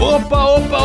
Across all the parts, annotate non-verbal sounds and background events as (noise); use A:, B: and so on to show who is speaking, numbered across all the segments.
A: Opa, opa,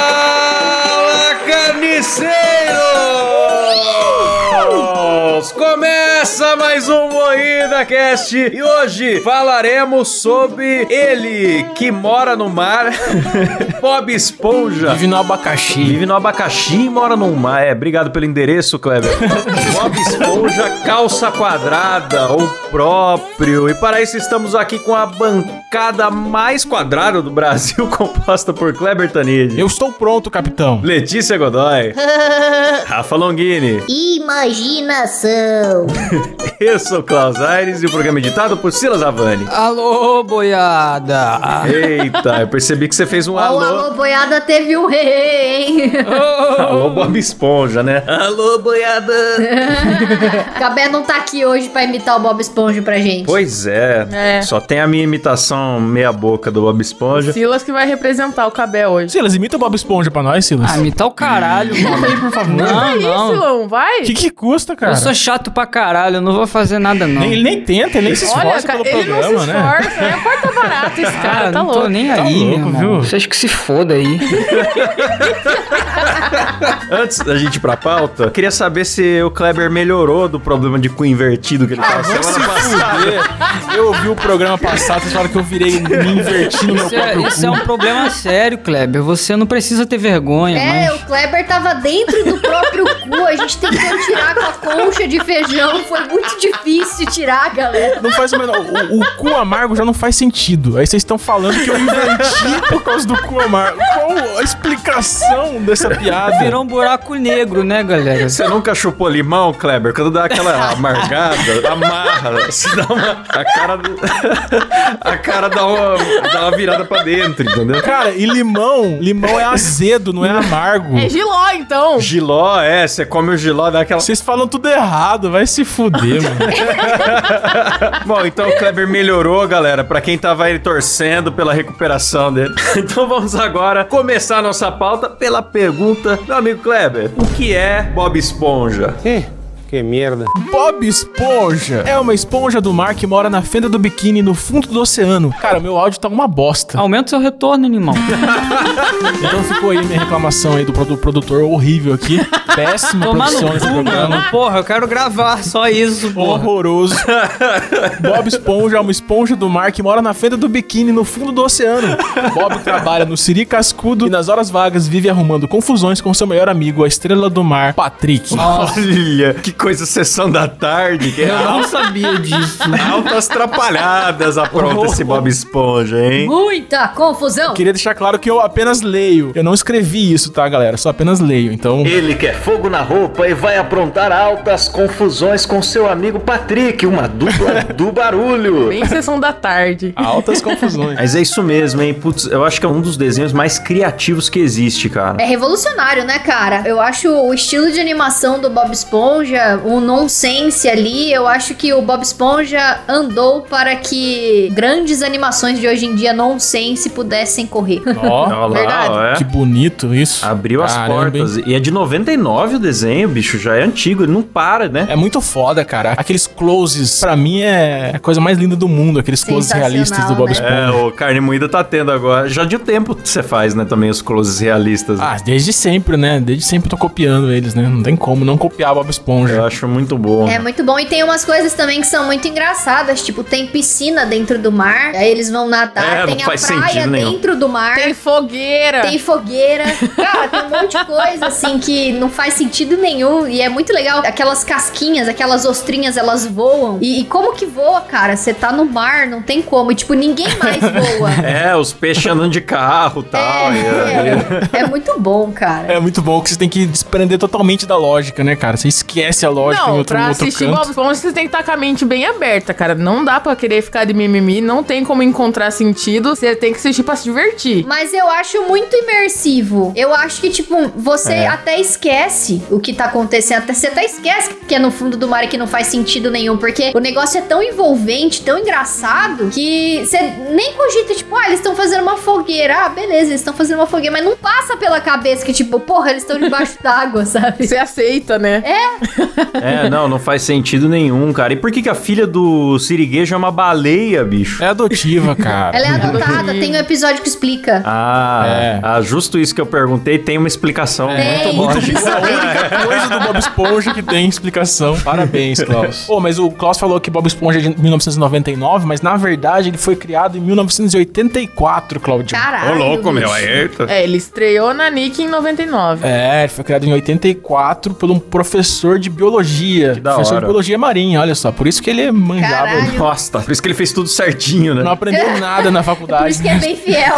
A: Fala, carniceiros! Começa mais um Moída Cast e hoje falaremos sobre ele que mora no mar, (laughs) Bob Esponja.
B: no abacaxi.
A: Vive no abacaxi e mora no mar. É, obrigado pelo endereço, (laughs) Kleber. Bob Esponja, calça quadrada, o próprio. E para isso estamos aqui com a bancada mais quadrada do Brasil, (laughs) composta por Kleber Tanid.
B: Eu estou pronto, capitão.
A: Letícia Godoy. Rafa Longini.
C: Imaginação.
A: (laughs) Eu sou o Klaus Aires e o programa é editado por Silas Avani.
D: Alô, boiada!
A: Eita, eu percebi que você fez um
E: Ó, o
A: alô.
E: Alô Boiada teve um rei, hein? (laughs)
A: Alô, Bob Esponja, né? Alô, boiada.
E: Gabé não tá aqui hoje pra imitar o Bob Esponja pra gente.
A: Pois é.
F: É.
A: Só tem a minha imitação meia boca do Bob Esponja.
F: Silas que vai representar o Cabel hoje.
B: Silas, imita o Bob Esponja pra nós, Silas.
D: Ah, me tá o caralho, mano.
B: aí, por favor.
D: Não,
F: Aí,
D: não.
F: Silão, vai!
B: O que, que custa, cara?
D: Eu sou chato pra caralho, eu não vou fazer nada, não.
B: Nem- ele nem tenta, ele nem se esforça
F: Olha, cara,
B: pelo
F: ele
B: programa,
F: não se
B: né?
F: esforça, é corta barato esse cara,
D: Ah,
F: tá
D: não tô
F: louco.
D: nem aí,
B: louco,
D: meu irmão.
B: viu?
D: Vocês que se foda aí.
A: Antes da gente ir pra pauta, eu queria saber se o Kleber melhorou do problema de cu invertido que ele tava semana passada.
B: Eu ouvi o programa passado, vocês falaram que eu virei me inverti no meu
D: Isso é,
B: próprio
D: isso é um problema sério, Kleber. Você não precisa ter vergonha,
E: É,
D: mas...
E: o Kleber tava dentro do próprio (laughs) cu. A gente tentou tirar com a concha de feijão. Foi muito difícil tirar, galera.
B: Não faz o menor. O, o cu amargo já não faz sentido. Aí vocês estão falando que eu inverti por causa do cu amargo. Qual a explicação dessa piada?
D: Virou um buraco negro, né, galera?
A: Você nunca chupou limão, Kleber? Quando dá aquela amargada, amarra, se dá uma. A cara. do- (laughs) A cara dá uma, dá uma virada pra dentro,
F: um
A: entendeu?
B: Cara, e limão? Limão é azedo, não é amargo.
F: É Giló, então.
A: Giló, é, você come o giló, dá aquela.
B: Vocês falam tudo errado, vai se fuder, mano.
A: Bom, então o Kleber melhorou, galera, pra quem tava aí torcendo pela recuperação dele. (laughs) Então vamos agora começar a nossa pauta pela pergunta do amigo Kleber: O que é Bob Esponja?
B: Bob Esponja é uma esponja do mar que mora na fenda do biquíni no fundo do oceano. Cara, meu áudio tá uma bosta.
D: Aumenta o seu retorno, animal.
B: Então ficou aí minha reclamação aí do produ- produtor horrível
D: (laughs)
B: aqui. Péssima
D: Tomar no
B: produção nesse
D: cu,
B: programa.
D: mano. Porra, eu quero gravar só isso, porra. (laughs)
B: Horroroso. Bob Esponja é uma esponja do mar que mora na fenda do biquíni no fundo do oceano. Bob trabalha no Siri Cascudo e nas horas vagas vive arrumando confusões com seu melhor amigo, a estrela do mar, Patrick.
A: Olha, que coisa sessão da tarde, que é
D: Eu não sabia disso.
A: altas atrapalhadas apronta esse Bob Esponja, hein?
E: Muita confusão.
B: Queria deixar claro que eu apenas leio. Eu não escrevi isso, tá, galera? Só apenas leio. Então,
G: Ele quer fogo na roupa e vai aprontar altas confusões com seu amigo Patrick, uma
A: (laughs)
G: dupla do barulho.
F: Bem sessão da tarde.
B: altas confusões.
A: Mas é isso mesmo, hein? Putz, eu acho que é um dos desenhos mais criativos que existe, cara.
E: É revolucionário, né, cara? Eu acho o estilo de animação do Bob Esponja, o nonsense ali, eu acho que o Bob Esponja andou para que grandes animações de hoje em dia nonsense pudessem correr.
B: Ó,
A: Olha
F: Verdade.
A: lá, ó, é.
B: Que bonito isso.
A: Abriu as
B: Caramba, hein?
A: portas. E é de 99 o desenho, bicho. Já é antigo, ele não para, né?
B: É muito foda, cara. Aqueles closes, pra mim, é a coisa mais linda do mundo. Aqueles closes
E: Sensacional,
B: realistas do Bob
E: né?
B: Esponja.
A: É, o Carne Moída tá tendo agora. Já de tempo que você faz, né? Também os closes realistas.
B: Ah, desde sempre, né? Desde sempre eu tô copiando eles, né? Não tem como não copiar Bob Esponja.
A: Eu acho muito bom.
E: É muito bom. E tem umas coisas também que são muito engraçadas. Tipo, tem piscina dentro do mar. Aí eles vão nadar.
A: É,
E: tem
A: não
E: a
A: faz
E: praia
A: sentido nenhum.
E: dentro do mar.
F: Tem fogueira.
E: (laughs) Tem fogueira. Cara, tem um monte de coisa, assim, que não faz sentido nenhum. E é muito legal. Aquelas casquinhas, aquelas ostrinhas, elas voam. E, e como que voa, cara? Você tá no mar, não tem como. E, tipo, ninguém mais voa.
A: (laughs) É, os peixes andando de carro e tal. e-
E: É, é muito bom, cara.
B: É muito bom que você tem que desprender totalmente da lógica, né, cara? Você esquece a lógica em
F: não,
B: outro,
F: pra
B: outro
F: assistir Bob
B: canto.
F: Esponja, você tem que estar com a mente bem aberta, cara. Não dá pra querer ficar de mimimi, não tem como encontrar sentido. Você tem que assistir pra se divertir.
E: Mas eu acho muito imersivo. Eu acho que, tipo, você até esquece o que tá acontecendo. Até- Você até esquece que é no fundo do mar e que não faz sentido nenhum. Porque o negócio é tão envolvente, tão engraçado, que você nem cogita, tipo, ah, eles estão fazendo uma fogueira. Ah, beleza, eles estão fazendo uma fogueira. Mas não passa pela cabeça que, tipo, porra, eles estão debaixo (laughs) d'água, sabe?
F: Você aceita, né?
A: É, não, não faz sentido nenhum, cara. E por que, que a filha do Siriguejo é uma baleia, bicho?
B: É adotiva, cara.
E: Ela é adotada, tem um episódio que explica.
A: Ah,
B: É.
A: ah, justo isso que eu perguntei tem uma explicação né?
E: Tem.
A: Ah, muito lógica.
B: (laughs) Isso é a única coisa do Bob Esponja que tem explicação. Parabéns, Klaus. Pô, mas o Klaus falou que Bob Esponja é de 1999, mas na verdade ele foi criado em 1984, Claudio.
E: Caralho. bicho.
F: É, ele estreou na Nick em 99.
B: É, ele foi criado em 84 por um professor de biologia.
A: Que da
B: professor
A: hora.
B: de biologia marinha, olha só. Por isso que ele é manjado.
E: Caralho.
A: Nossa, tá. por isso que ele fez tudo certinho, né?
B: Não aprendeu nada
E: (laughs)
B: na
E: Por
B: faculdade.
E: isso que é bem fiel.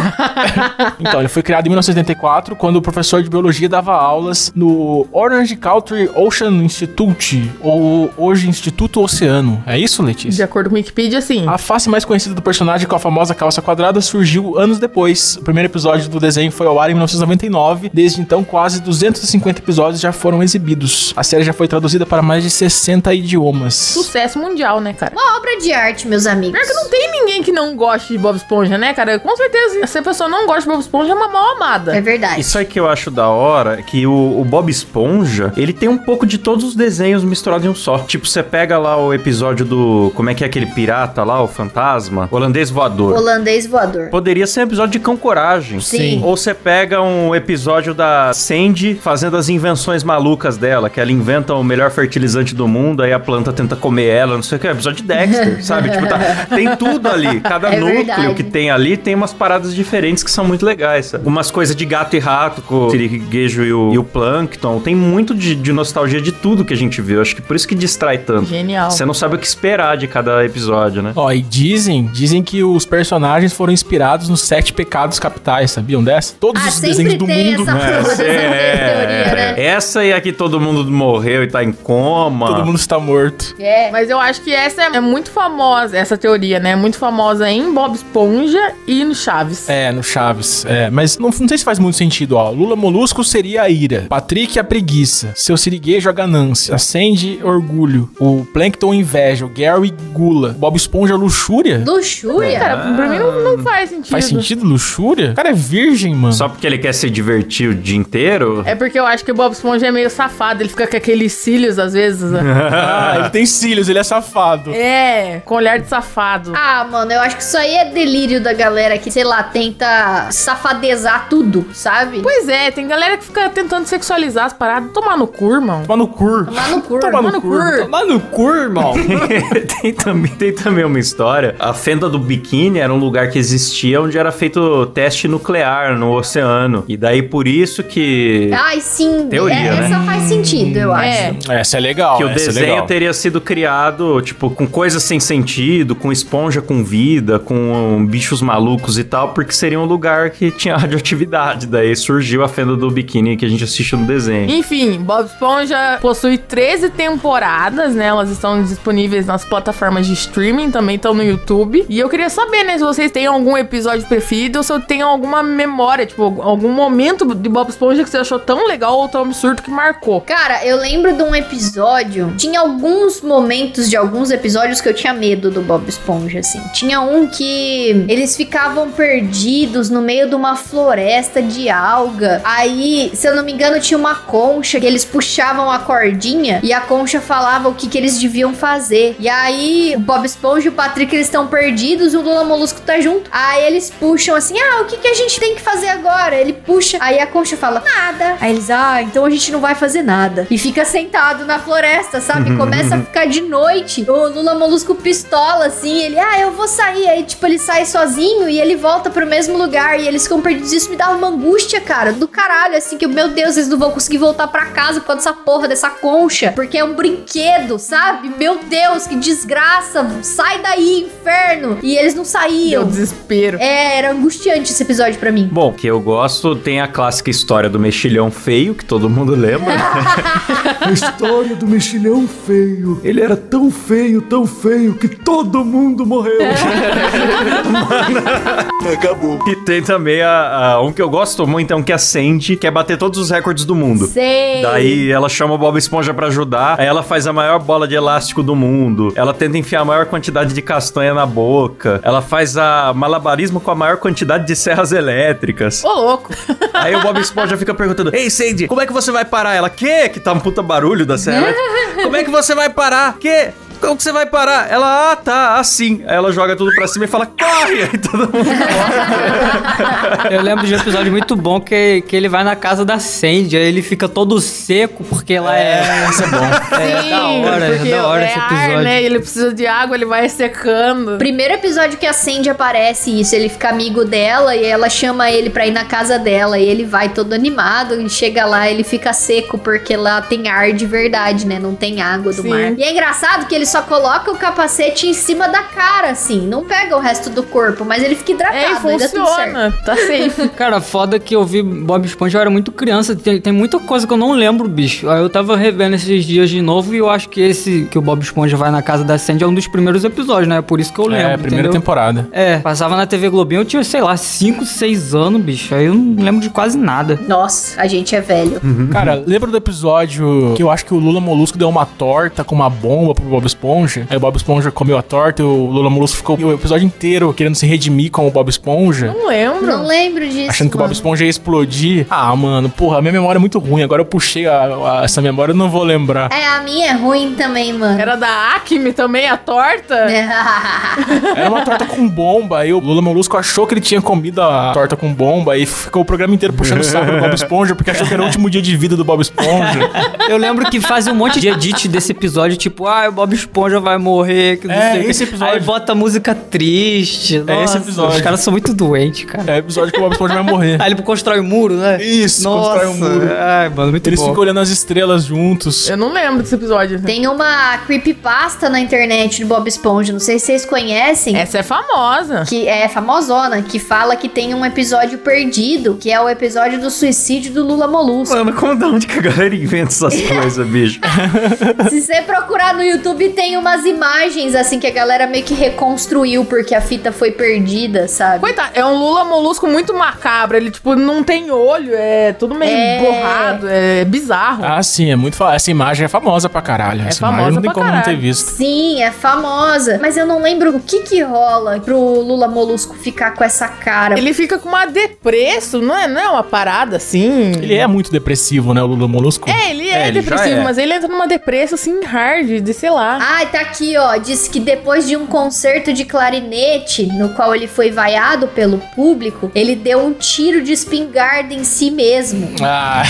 B: Então, ele foi criado em 1974, quando o professor de biologia dava aulas no Orange Country Ocean Institute, ou hoje Instituto Oceano. É isso, Letícia?
F: De acordo com o Wikipedia, sim.
B: A face mais conhecida do personagem com a famosa calça quadrada surgiu anos depois. O primeiro episódio do desenho foi ao ar em 1999. Desde então, quase 250 episódios já foram exibidos. A série já foi traduzida para mais de 60 idiomas.
F: Sucesso mundial, né, cara?
E: Uma obra de arte, meus amigos.
B: É
F: Pior É que não tem ninguém que não goste de Bob Esponja, né, cara? Com certeza, se a pessoa não gosta de Bob Esponja, é uma mal amada.
E: É verdade.
A: Isso aí que eu acho da hora, É que o, o Bob Esponja, ele tem um pouco de todos os desenhos misturados em um só. Tipo, você pega lá o episódio do... Como é que é aquele pirata lá, o fantasma? Holandês voador.
E: Holandês voador.
A: Poderia ser um episódio de Cão Coragem.
E: Sim.
A: Ou você pega um episódio da Sandy fazendo as invenções malucas dela, que ela inventa o melhor fertilizante do mundo, aí a planta tenta comer ela, não sei o que. É um episódio de
E: (laughs)
A: Dexter, sabe? Tipo, tá- tem tudo ali. Cada
E: É
A: núcleo
E: verdade.
A: que tem ali tem umas paradas diferentes que são muito legais. Sabe? Umas coisas de gato e rato, com o siriguejo e o, e o plâncton. Tem muito de, de nostalgia de tudo que a gente viu. Acho que por isso que distrai tanto.
F: Genial.
A: Você não sabe o que esperar de cada episódio, né?
B: Ó, e dizem, dizem que os personagens foram inspirados nos sete pecados capitais, sabiam dessa? Todos
E: Ah,
B: os desenhos
E: sempre
B: do
E: tem
B: mundo.
E: essa porra dessa teoria, né?
A: É, Essa e aqui todo mundo morreu e tá em coma.
B: Todo mundo está morto.
E: É.
F: Mas eu acho que essa é, é muito famosa, essa teoria, né? É muito famosa em Bob Esponja e no Chaves.
B: É, no Chaves. É, mas não, não sei se faz muito sentido, ó. Lula Molusco seria a ira. Patrick a preguiça. Seu siriguejo a ganância. Acende orgulho. O Plankton inveja. O Gary gula. Bob Esponja luxúria.
E: Luxúria?
F: Cara, pra mim não, não faz sentido.
B: Faz sentido luxúria? O cara é virgem, mano.
A: Só porque ele quer se divertir o dia inteiro?
F: É porque eu acho que o Bob Esponja é meio safado, ele fica com aqueles cílios às vezes.
B: (laughs)
F: né?
B: Ah, ele tem cílios, ele é safado.
F: é, com olhar de safado.
E: Ah, mano, eu acho que isso aí é delírio da galera que, sei lá, tenta safadezar tudo, sabe?
F: Pois é, tem galera que fica tentando sexualizar as paradas, tomar no cu, irmão.
B: Toma no cu.
E: Tomar no cu.
B: Toma
F: no
B: no
F: cu.
B: cu.
D: Tomar no cu,
A: (laughs)
D: irmão.
A: (laughs) tem, também, tem também uma história. A fenda do biquíni era um lugar que existia onde era feito teste nuclear no oceano. E daí por isso que.
E: Ai, sim.
A: é. Teoria,
E: é,
A: né?
E: Essa faz sentido, eu
F: É.
E: acho.
B: Essa é legal,
A: Que o
B: essa é
A: desenho
B: legal.
A: teria sido criado, tipo, com coisas sem sentido, com esponja com vida, com um, bichos malucos e tal, porque seria um lugar que tinha (laughs) radioatividade. Daí surgiu a fenda do biquíni que a gente assiste no desenho.
F: Enfim, Bob Esponja possui 13 temporadas, né? Elas estão disponíveis nas plataformas de streaming, também estão no YouTube. E eu queria saber, né, se vocês têm algum episódio preferido ou se eu tenho alguma memória, tipo, algum- algum momento de Bob Esponja que você achou tão legal ou tão absurdo que marcou.
E: Cara, eu lembro de um episódio. Tinha alguns momentos de alguns episódios que eu tinha medo do Bob Esponja, assim. Tinha um que eles ficavam perdidos no meio de uma floresta de alga. Aí, se eu não me engano, tinha uma concha que eles puxavam a cordinha e a concha falava o que, que eles deviam fazer. E aí, o Bob Esponja e o Patrick eles estão perdidos, o Lula Molusco tá junto. Aí eles puxam assim: "Ah, o que que a gente tem que fazer agora?" Ele puxa, aí a concha fala: "Nada". Aí eles: "Ah, então a gente não vai fazer nada". E fica sentado na floresta, sabe? Começa a ficar de noite. O Lula Molusco pistola assim, ele: "Ah, eu vou sair". Aí tipo ele sai sozinho e ele volta pro mesmo lugar e eles ficam perdidos. Isso me dava uma angústia, cara, do caralho, assim que meu Deus, eles não vão conseguir voltar pra casa por causa dessa porra dessa concha, porque é um brinquedo, sabe? Meu Deus, que desgraça! Sai daí, inferno! E eles não
F: Deu
E: saíam.
F: desespero.
E: É, era angustiante esse episódio pra mim.
A: Bom, que eu gosto, tem a clássica história do mexilhão feio, que todo mundo lembra. né? (laughs) a história do mexilhão feio. Ele era tão feio, tão feio, que todo mundo morreu. (laughs)
H: Acabou.
A: e tem também a, a- um que eu gosto muito, é um que acende, que é bater todos os recordes do mundo.
E: Sei.
A: Daí ela chama o Bob Esponja pra ajudar, aí ela faz a maior bola de elástico do mundo, ela tenta enfiar a maior quantidade de castanha na boca, ela faz a malabarismo com a maior quantidade de serras elétricas.
D: (laughs) É.
F: Ô, louco.
A: Aí o Bob Esponja fica perguntando: Ei, Sandy, como é que você vai parar? Ela, que? Que tá um puta barulho da serra.
D: (laughs)
A: elétrica. como é que você vai parar? Que? Como que você vai parar? Ela, ah, tá, assim. Aí ela joga tudo pra cima e fala, corre! (laughs) Aí todo mundo
D: Eu lembro de um episódio muito bom que, que ele vai na casa da Sandy, aí ele fica todo seco porque lá é. Isso é bom. É,
F: Sim,
D: da hora, é
F: porque
D: da hora
F: é
D: esse
F: ar,
D: episódio.
F: né? Ele precisa de água, ele vai secando.
E: Primeiro episódio que a Sandy aparece isso, ele fica amigo dela e ela chama ele pra ir na casa dela e ele vai todo animado e chega lá ele fica seco porque lá tem ar de verdade, né? Não tem água do
F: Sim.
E: mar. E é engraçado que ele só coloca o capacete em cima da cara, assim, não pega o resto do corpo, mas ele fica hidratado,
F: É, e
E: aí dá tudo certo.
F: funciona. Tá safe.
D: Cara, foda que eu vi Bob Esponja, eu era muito criança, tem, tem muita coisa que eu não lembro, bicho. Aí eu tava revendo esses dias de novo e eu acho que esse que o Bob Esponja vai na casa da Sandy é um dos primeiros episódios, né? É por isso que eu lembro.
B: é, primeira
D: entendeu?
B: temporada.
D: É, passava na TV Globinho, eu tinha, sei lá, 5, 6 anos, bicho. Aí eu não lembro de quase nada.
E: Nossa, a gente é velho.
B: Cara, lembra do episódio que eu acho que o Lula Molusco deu uma torta com uma bomba pro Bob Esponja? Aí o Bob Esponja comeu a torta e o Lula Molusco ficou o episódio inteiro querendo se redimir com o Bob Esponja.
F: Não
D: (laughs)
F: lembro.
E: Não lembro disso.
B: Achando que o Bob
E: mano.
B: Esponja ia explodir. Ah, mano, porra, a minha memória é muito ruim. Agora eu puxei a- a- essa memória, eu não vou
E: (laughs)
B: lembrar.
E: É, a minha é ruim também, mano.
F: Era da Acme também, a
D: Né?
F: torta. É.
E: (laughs)
B: Era uma torta com bomba. Aí o Lula Molusco achou que ele tinha comido a torta com bomba e ficou o programa inteiro puxando o saco do Bob Esponja porque achou que era o último dia de vida do Bob Esponja.
D: Eu lembro que fazem um monte de edit desse episódio, tipo, ah, o Bob Esponja vai morrer, que não
B: É,
D: sei o quê.
B: esse episódio.
D: Aí bota música triste.
B: É esse
D: Nossa,
B: episódio.
D: Os caras são muito doentes,
B: (laughs)
D: cara.
B: É o episódio que o Bob Esponja vai morrer.
D: Aí ele constrói um muro, né?
B: Isso,
D: Nossa,
B: constrói um muro.
D: Ai, mano, muito
B: Eles
D: bom.
B: ficam olhando as estrelas juntos.
F: Eu não lembro desse episódio.
E: Tem uma creepypasta na internet do Bob Esponja, não sei se vocês conhecem.
F: Essa é famosa.
E: Que é famosona, que fala que tem um episódio perdido, que é o episódio do suicídio do Lula Molusco.
A: Mano, como da onde que a galera inventa
D: (laughs)
A: essas coisas, bicho?
E: Se você procurar no YouTube, tem umas imagens, assim, que a galera meio que reconstruiu porque a fita foi perdida, sabe?
F: Coitado, é um Lula molusco muito macabro. Ele, tipo, não tem olho, é tudo meio
E: É.
F: borrado, é bizarro.
B: Ah, sim, é muito fa- Essa imagem é famosa pra caralho.
F: É
B: Essa
F: famosa
B: imagem não tem
F: pra
B: como não ter
F: caralho.
B: visto.
E: Sim, é famosa. Mas eu não lembro o que que rola pro Lula Molusco ficar com essa cara.
F: Ele fica com uma depresso, não é, não é uma parada assim.
B: Ele é muito depressivo, né, o Lula Molusco?
F: É, ele é,
A: É, ele já
F: depressivo,
A: é.
F: mas ele entra numa depressa assim hard, de sei lá.
E: Ai, tá aqui, ó. Diz que depois de um concerto de clarinete, no qual ele foi vaiado pelo público, ele deu um tiro de espingarda em si mesmo.
B: Ah,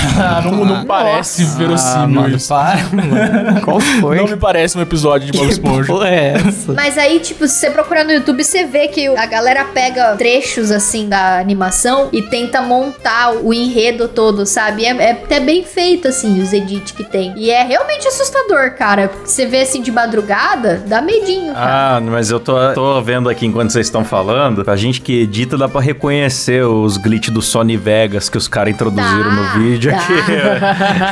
B: (laughs) não, não parece
D: Ah,
B: verossímil
D: mano,
B: isso.
D: para, mano. Qual foi?
B: Não me parece um episódio de Bob
D: que
B: Esponja.
D: porra é essa?
E: Mas aí, tipo, se você procurar no YouTube, você vê que a galera pega trechos, assim, da animação e tenta montar o enredo todo, sabe? É, é até bem feito, assim, os edits que tem. E é realmente assustador, cara. Porque você vê, assim, de madrugada, dá medinho, cara.
A: Ah, mas eu tô, tô vendo aqui enquanto vocês estão falando. A gente que edita dá pra reconhecer os glitch do Sony Vegas que os caras introduziram
E: Dá,
A: no vídeo
E: dá.
A: aqui.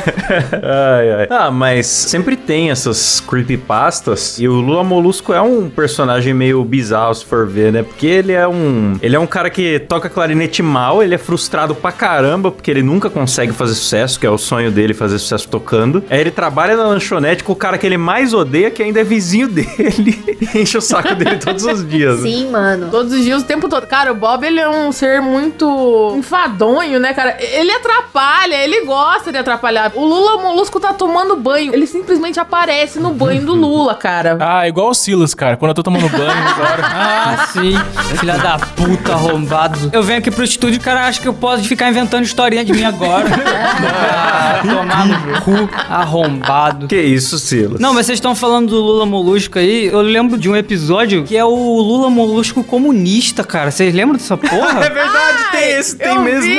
A: (laughs) ai, ai. Ah, mas sempre tem essas creepypastas. E o Lula Molusco é um personagem meio bizarro, se for ver, né? Porque ele é um. Ele é um cara que toca clarinete mal, ele é frustrado pra caramba, porque ele nunca consegue fazer sucesso, que é o sonho dele fazer sucesso tocando. Aí ele trabalha na lanchonete com o cara que ele mais odeia, que que ainda é vizinho (laughs) dele enche o saco dele todos os dias. né?
E: Sim, mano.
F: Todos os dias, o tempo todo. Cara, o Bob, ele é um ser muito enfadonho, né, cara? Ele atrapalha, ele gosta de atrapalhar. O Lula Molusco tá tomando banho. Ele simplesmente aparece no banho
A: (laughs)
F: do Lula, cara.
B: Ah, igual o Silas, cara. Quando eu tô tomando banho, (laughs) claro.
D: Ah, sim. Filha da puta, arrombado. Eu venho aqui pro estúdio e o cara acha que eu posso ficar inventando historinha de mim agora. (laughs) ah, tomar no cu, arrombado.
A: Que isso, Silas?
D: Não, mas vocês estão falando do Lula Molusco aí. Eu lembro de um episódio que é o Lula Molusco comunista, cara. Vocês lembram dessa
A: (laughs)
D: (laughs)
A: É
D: porra?
A: verdade, tem esse, tem
F: eu
A: mesmo.
F: vi.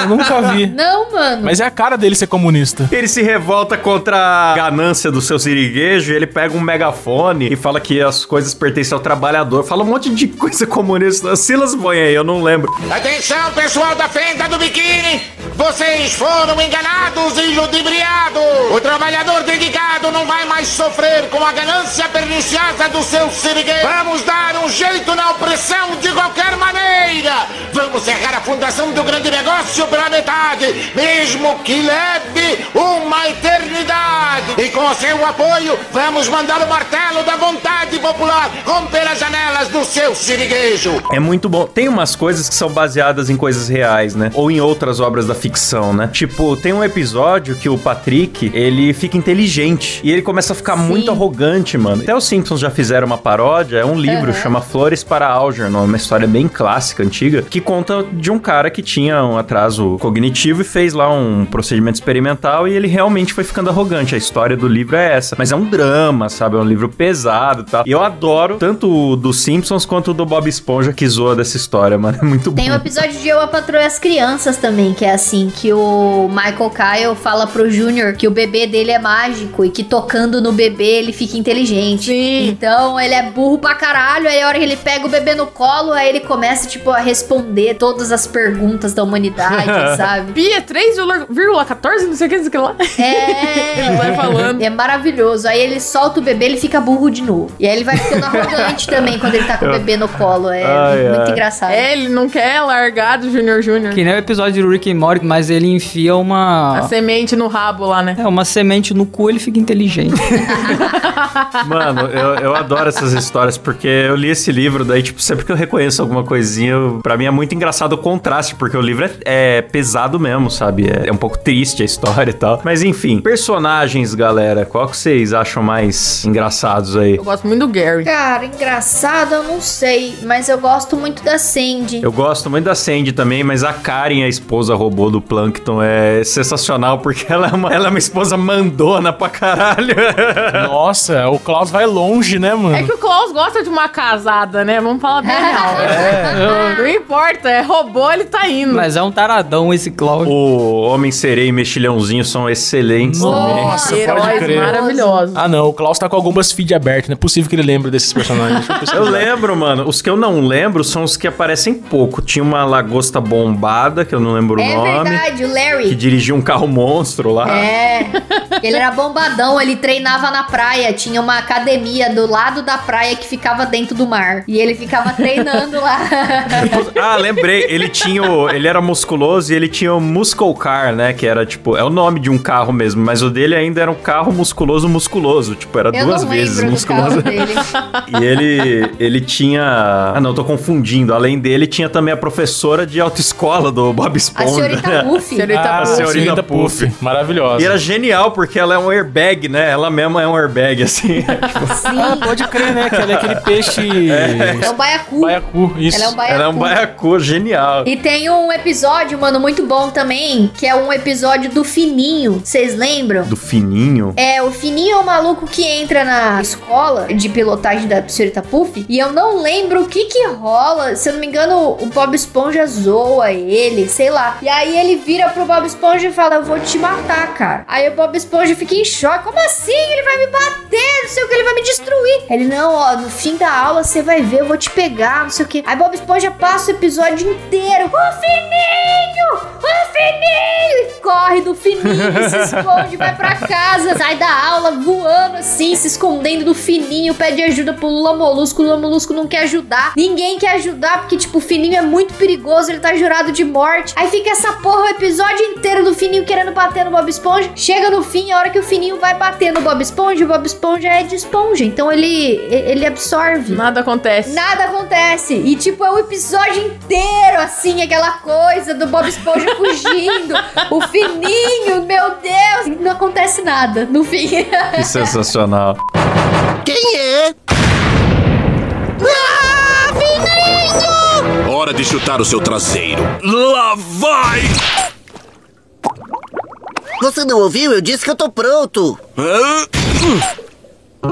B: Eu nunca vi.
E: Não, mano.
B: Mas é a cara dele ser comunista.
A: Ele se revolta contra a ganância do seu siriguejo e ele pega um megafone e fala que as coisas pertencem ao trabalhador. Fala um monte de coisa comunista. Silas põe aí, eu não lembro.
H: Atenção, pessoal da fenda do biquíni! Vocês foram enganados e ludibriados! O trabalhador dedicado não vai mais sofrer com a ganância perniciosa do seu sirigueiro! Vamos dar um jeito na opressão de qualquer maneira! Vamos cerrar a fundação do grande negócio pela metade, mesmo que leve uma eternidade! E com seu apoio, vamos mandar o martelo da vontade popular romper as janelas do seu siriguejo!
A: É muito bom. Tem umas coisas que são baseadas em coisas reais, né? Ou em outras obras da ficção, né? Tipo, tem um episódio que o Patrick, ele fica inteligente. E ele começa a ficar muito arrogante, mano. Até os Simpsons já fizeram uma paródia. É um livro, chama Flores para Algernon. Uma história bem clássica, antiga. Que conta de um cara que tinha um atraso cognitivo e fez lá um procedimento experimental. E ele realmente foi ficando arrogante. A história do livro é essa. Mas é um drama, sabe? É um livro pesado e tal. E eu adoro tanto o do Simpsons quanto o do Bob Esponja que zoa dessa história, mano. É muito
E: Tem um
A: bom.
E: episódio de Eu a Patroa e as Crianças também, que é assim, que o Michael Kyle fala pro Junior que o bebê dele é mágico e que tocando no bebê ele fica inteligente.
F: Sim.
E: Então ele é burro pra caralho, aí a hora que ele pega o bebê no colo, aí ele começa, tipo, a responder todas as perguntas da
F: (laughs)
E: humanidade, sabe?
F: Pia 3,14, não sei o que, não sei o que lá. Ele vai
E: É.
F: falando.
E: É maravilhoso. Aí ele solta o bebê, ele fica burro de novo. E aí ele vai
F: (laughs)
E: ficando arrogante também quando ele tá com o bebê no colo. É
A: Ai,
E: muito
A: ai.
E: engraçado.
F: É, ele não quer largar do Junior Júnior.
D: Que nem o episódio do Rick and Morty, mas ele enfia
F: A
D: uma...
F: semente no rabo lá, né?
D: É, uma semente no cu, ele fica (laughs) inteligente.
A: Mano, eu, eu adoro essas histórias, porque eu li esse livro, daí, tipo, sempre que eu reconheço alguma coisinha, eu- pra mim é muito engraçado o contraste, porque o livro é, é pesado mesmo, sabe? É, é um pouco triste a história e tal. Mas enfim, personagens, galera, qual que vocês acham mais engraçados aí?
F: Eu gosto muito do Gary.
E: Cara, engraçado, eu não sei, mas eu gosto muito da Sandy. (laughs)
A: Eu gosto muito da Sandy também, mas a Karen, a esposa robô do Plankton, é sensacional, porque ela é uma, ela é uma esposa mandona pra caralho. (laughs)
B: Nossa, o Klaus vai longe, né,
F: É
B: mano?
F: que o Klaus gosta de uma casada, né? Vamos
E: É (laughs)
F: falar bem real. Não importa, é robô, ele tá indo.
D: mas é um taradão esse Cláudio.
A: o Homem Sereia e Mexilhãozinho são excelentes também.
B: Nossa,
F: Heróis
B: pode crer.
F: maravilhosos.
B: Ah, não. O Klaus tá com algumas feed aberto. Não é possível que ele lembre desses personagens. Deixa eu pesquisar.
A: Eu lembro, mano. Os que eu não lembro são os que aparecem pouco. Tinha uma lagosta bombada, que eu não lembro o
E: É
A: nome,
E: verdade, o
A: que
E: Larry.
A: dirigia um carro monstro lá.
E: É. Ele era bombadão, ele treinava na praia. Tinha uma academia do lado da praia que ficava dentro do mar. E ele ficava treinando lá.
A: (laughs) Ah, lembrei. Ele tinha o, Ele era musculoso e ele tinha o Muscle Car, né? Que era, tipo... É o nome de um carro mesmo. Mas o dele ainda era um carro musculoso, musculoso. Tipo, era (laughs)
E: Eu
A: duas
E: não
A: vezes
E: lembro do
A: musculoso.
E: carro dele.
A: E ele, ele tinha. Ah, não, tô confundindo. Além dele, tinha também a professora de autoescola do Bob
E: A
A: Esponja. (laughs)
E: senhorita Luffy.
F: Senhorita
B: Ah,
A: Puff.
B: senhorita,
A: Senhorita
B: Puff. Maravilhosa.
A: E era genial, porque ela é um airbag, né? Ela mesma é um airbag, assim.
B: Ah, pode crer, né? Que ela é aquele peixe...
E: É o Baiacu.
B: Baiacu, isso.
E: Ela é um baiacu.
A: Ela é um baiacu, genial.
E: E tem um episódio, mano, muito bom também, que é um episódio do Fininho. Vocês lembram?
A: Do fininho.
E: É, o Fininho é o maluco que entra na escola de pilotagem da senhorita Puff. E eu não lembro o que que rola. Se eu não me engano, o Bob Esponja zoa ele, sei lá. E aí ele vira pro Bob Esponja e fala: Eu vou te matar, cara. Aí o Bob Esponja fica em choque: Como assim? Ele vai me bater, não sei o que, ele vai me destruir. Ele: Não, ó, no fim da aula você vai ver, eu vou te pegar, não sei o que. Aí Bob Esponja passa o episódio inteiro: O Fininho! fininho! O fininho! E corre do fininho, se esconde, vai pra casa, sai da aula voando assim, se escondendo do fininho, pede ajuda pro Lula Molusco. O Lula Molusco não quer ajudar. Ninguém quer ajudar porque, tipo, o fininho é muito perigoso, ele tá jurado de morte. Aí fica essa porra o episódio inteiro do fininho querendo bater no Bob Esponja. Chega no fim, a hora que o fininho vai bater no Bob Esponja, o Bob Esponja é de esponja, então ele, ele absorve.
F: Nada acontece.
E: Nada acontece. E, tipo, é o episódio inteiro, assim, aquela coisa do Bob
F: (laughs)
E: Esponja fugindo. o fininho, meu Deus. Não acontece nada, no fim. (laughs) é
A: Que sensacional.
H: Quem é?
I: Ah,
J: Hora de chutar o seu traseiro. Lá vai!
I: Você não ouviu? Eu disse que eu tô pronto.
J: Hã?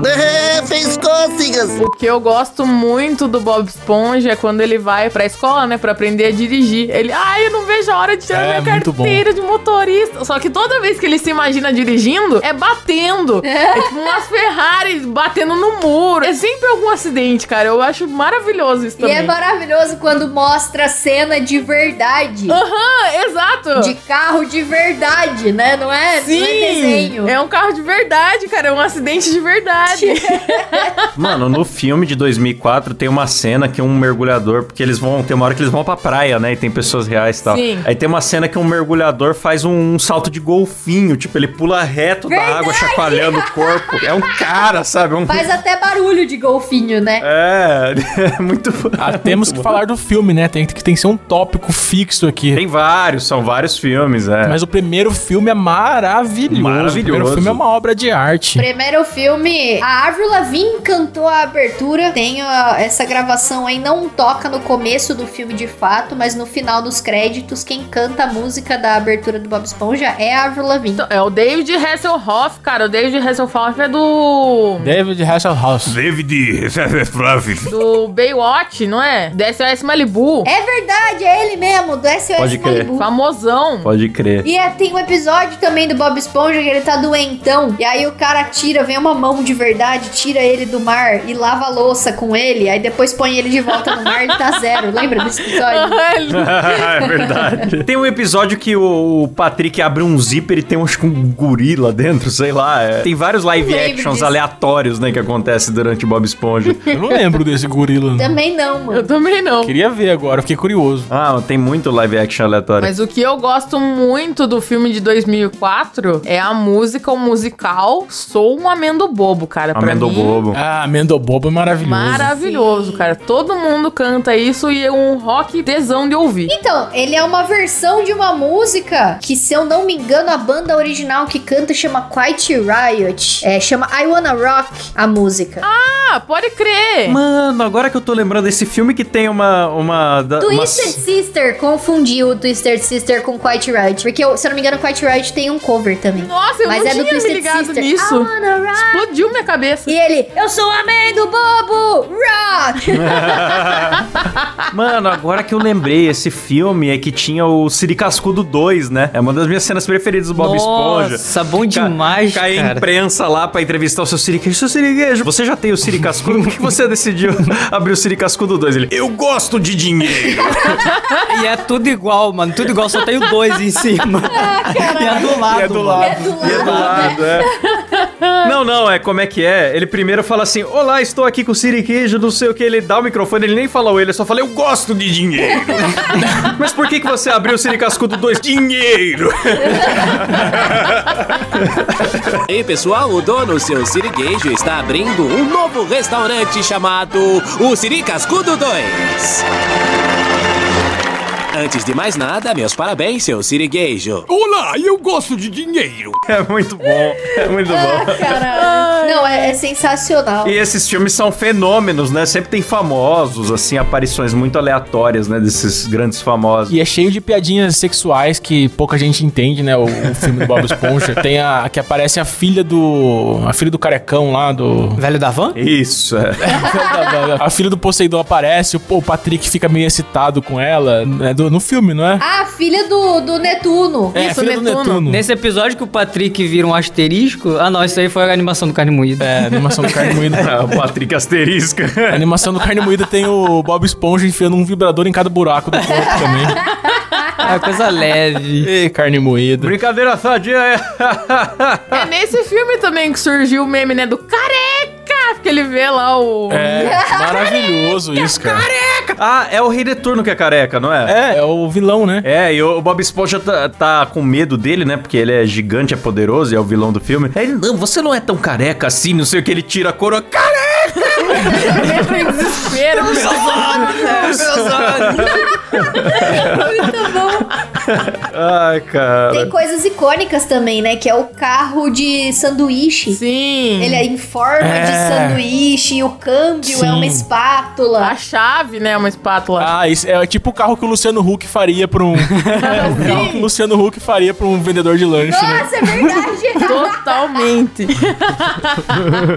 I: É, fez cócegas.
F: O que eu gosto muito do Bob Esponja é quando ele vai pra escola, né? Pra aprender a dirigir. Ele, ai, eu não vejo a hora de tirar
B: É,
F: minha
B: muito bom.
F: carteira de motorista. Só que toda vez que ele se imagina dirigindo, é batendo. É, tipo umas Ferrari batendo no muro. É sempre algum acidente, cara. Eu acho maravilhoso isso
E: E
F: também.
E: é maravilhoso quando mostra a cena de verdade.
F: Aham, Ah, exato.
E: De carro de verdade, né? Não é, não é desenho.
F: Sim, é um carro de verdade, cara. É um acidente de É verdade.
A: Mano, no filme de 2004 tem uma cena que um mergulhador, porque eles vão, tem uma hora que eles vão pra praia, né? E tem pessoas reais e tal.
F: Sim.
A: Aí tem uma cena que um mergulhador faz um, um salto de golfinho, tipo, ele pula reto da água, chacoalhando o corpo. É um cara, sabe? É Um...
E: (laughs) Faz até barulho de golfinho, né?
A: (laughs) É, (laughs) é muito.
B: Ah, temos que falar do filme, né? Tem que tem que ser um tópico fixo aqui.
A: Tem vários, são vários filmes, é.
B: Mas o primeiro filme é maravilhoso.
A: Maravilhoso.
B: O primeiro filme é uma obra de arte.
E: Primeiro filme, a Avril Lavigne cantou a abertura. Tem ó, essa gravação aí, não toca no começo do filme de fato, mas no final dos créditos, quem canta a música da abertura do Bob Esponja é a Avril Lavigne.
F: Então, É o David Hasselhoff, cara. O David Hasselhoff é do.
B: David Hasselhoff.
J: David,
F: do Baywatch, não é? Do SOS Malibu.
E: É verdade, é ele mesmo, do SOS
A: Pode crer.
E: Malibu.
F: Famosão. (laughs)
A: Pode crer.
E: E é, tem um episódio também do Bob Esponja que ele tá doentão. E aí o cara tira, vem uma mão de verdade, tira ele do mar e lava a louça com ele. Aí depois põe ele de volta no mar e tá zero. Lembra desse
A: (laughs)
E: episódio?
A: é verdade. Tem um episódio que o, o Patrick abre um zíper e tem um, acho que um gorila dentro, sei lá. é. Tem vários live
E: Lembro
A: actions
E: disso.
A: aleatórios, né, que acontece durante Bob Esponja.
B: Eu não lembro desse gorila.
E: Também não,
F: Eu
E: mano.
F: também não.
B: Queria ver agora, fiquei curioso.
A: ah, tem muito live action aleatório.
F: Mas é o que eu gosto muito do filme de 2004 é a música, o musical Sou um Amendo Bobo, cara. Pra
A: Amendo
F: mim,
A: Bobo.
B: Ah, Mendobobo é maravilhoso.
F: Maravilhoso, cara. Todo mundo canta isso e é um rock tesão de ouvir.
E: Então, ele é uma versão de uma música que, se eu não me engano, a banda original que canta chama Quiet Riot. É, chama I Wanna Rock a música.
F: Ah, pode crer.
A: Mano, agora que eu tô lembrando, esse filme que tem uma. uma, da- uma-
E: Twisted Sister confundiu o Twisted Sister com Quiet Riot. Porque, eu- se eu não me engano, Quiet Riot tem um cover também.
F: Nossa, eu
E: Mas
F: não
E: é do
F: tinha me
E: Twisted
F: ligado
E: Sister.
F: nisso.
E: I wanna rock.
F: Explodiu minha cabeça.
E: E ele, eu sou a mãe do bobo! Rock!
A: Mano, agora que eu lembrei, esse filme é que tinha o Siri Cascudo 2, né? É uma das minhas cenas preferidas do Bob Esponja.
D: Nossa, bom demais,
A: Cai a
D: cara.
A: imprensa lá pra entrevistar o seu Siriguejo. Seu Siriguejo, você já tem o Siri Cascudo? Por que você decidiu (laughs) abrir o Siri Cascudo 2? Ele, eu gosto de dinheiro.
D: E é tudo igual, mano. Tudo igual, só tem o dois em cima. e é do lado.
B: E é do
D: mano.
B: lado.
E: É do
A: E é do
E: lado.
A: lado, é. (laughs) Não, não, é como é que é. Ele primeiro fala assim: Olá, estou aqui com o Siriguejo, não sei o que. Ele dá o microfone, ele nem fala o ele, só fala: Eu gosto de dinheiro. (laughs) Mas por que, que você abriu o Siri Cascudo 2? Dinheiro! (laughs)
K: Ei pessoal, o dono seu Sirigueijo está abrindo um novo restaurante chamado O Siri Cascudo 2. Antes de mais nada, meus parabéns, seu Sirigueijo.
J: Olá, eu gosto de dinheiro.
A: É muito bom, é muito bom.
E: (laughs) Caralho. Não, é, é sensacional.
A: E esses filmes são fenômenos, né? Sempre tem famosos, assim, aparições muito aleatórias, né? Desses grandes famosos.
B: E é cheio de piadinhas sexuais que pouca gente entende, né? O, o filme do Bob Esponja. Tem a. que aparece a filha do. A filha do carecão lá do.
D: Velho da van?
A: Isso, é.
B: A filha do Poseidon aparece, o, pô, o Patrick fica meio excitado com ela. né, do- no filme, não é?
E: Ah, filha do, do Netuno.
B: é,
F: isso,
B: a filha
F: Netuno.
B: do Netuno.
D: Nesse episódio que o Patrick vira um asterisco. Ah, não, isso aí foi a animação do carne moída.
B: É, a animação do carne moída.
A: (laughs) É, o Patrick Asterisca.
B: (laughs) A animação do carne moída tem o Bob Esponja enfiando um vibrador em cada buraco do corpo também.
D: É coisa leve.
B: Ei, carne
A: (laughs)
B: moída.
A: Brincadeira sadia é.
F: É nesse filme também que surgiu o meme, né? Do careca! Que ele vê lá o. (laughs)
B: É, maravilhoso isso, cara.
A: Ah, é o Rei Deturno que é careca, não é?
B: É, é o vilão, né?
A: É, e o Bob Esponja tá, tá com medo dele, né? Porque ele é gigante, é poderoso e é o vilão do filme. Aí Ele, não, você não é tão careca assim, não sei o que. Ele tira a coroa. Careca!
F: Ele entra em desespero. (laughs)
E: Muito bom.
A: Ai, cara.
E: Tem coisas icônicas também, né? Que é o carro de sanduíche.
F: Sim.
E: Ele é em forma
B: É.
E: de sanduíche, e o câmbio é
B: Sim.
E: uma
F: A
E: espátula.
F: chave, né? Uma espátula.
B: Ah, isso é tipo o carro que o Luciano Huck faria pra um. (laughs) é, o carro que o Luciano Huck faria pra um vendedor de lanche, né?
E: Nossa, é verdade! (laughs)
F: Totalmente.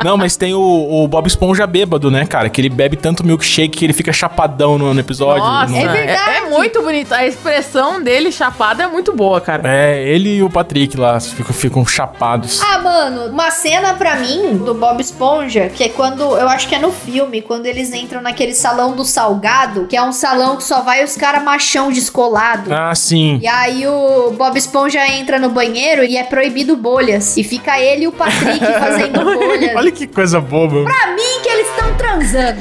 B: Não, mas tem o, o Bob Esponja bêbado, né, cara? Que ele bebe tanto milkshake que ele fica chapadão no, no episódio.
F: Nossa,
B: no-
E: É
F: é,
E: verdade.
F: é muito bonito. A expressão dele chapada é muito boa, cara.
B: É, ele e o Patrick lá ficam, ficam chapados.
E: Ah, mano, uma cena pra mim do Bob Esponja, que é quando, eu acho que é no filme, quando eles entram naquele salão do salgado, que é um salão que só vai os caras machão descolado.
B: Ah, sim.
E: E aí o Bob Esponja entra no banheiro e é proibido bolhas. E fica ele e
B: (laughs)
E: o Patrick fazendo bolhas.
B: Olha que coisa boba.
E: Pra mim que eles estão transando.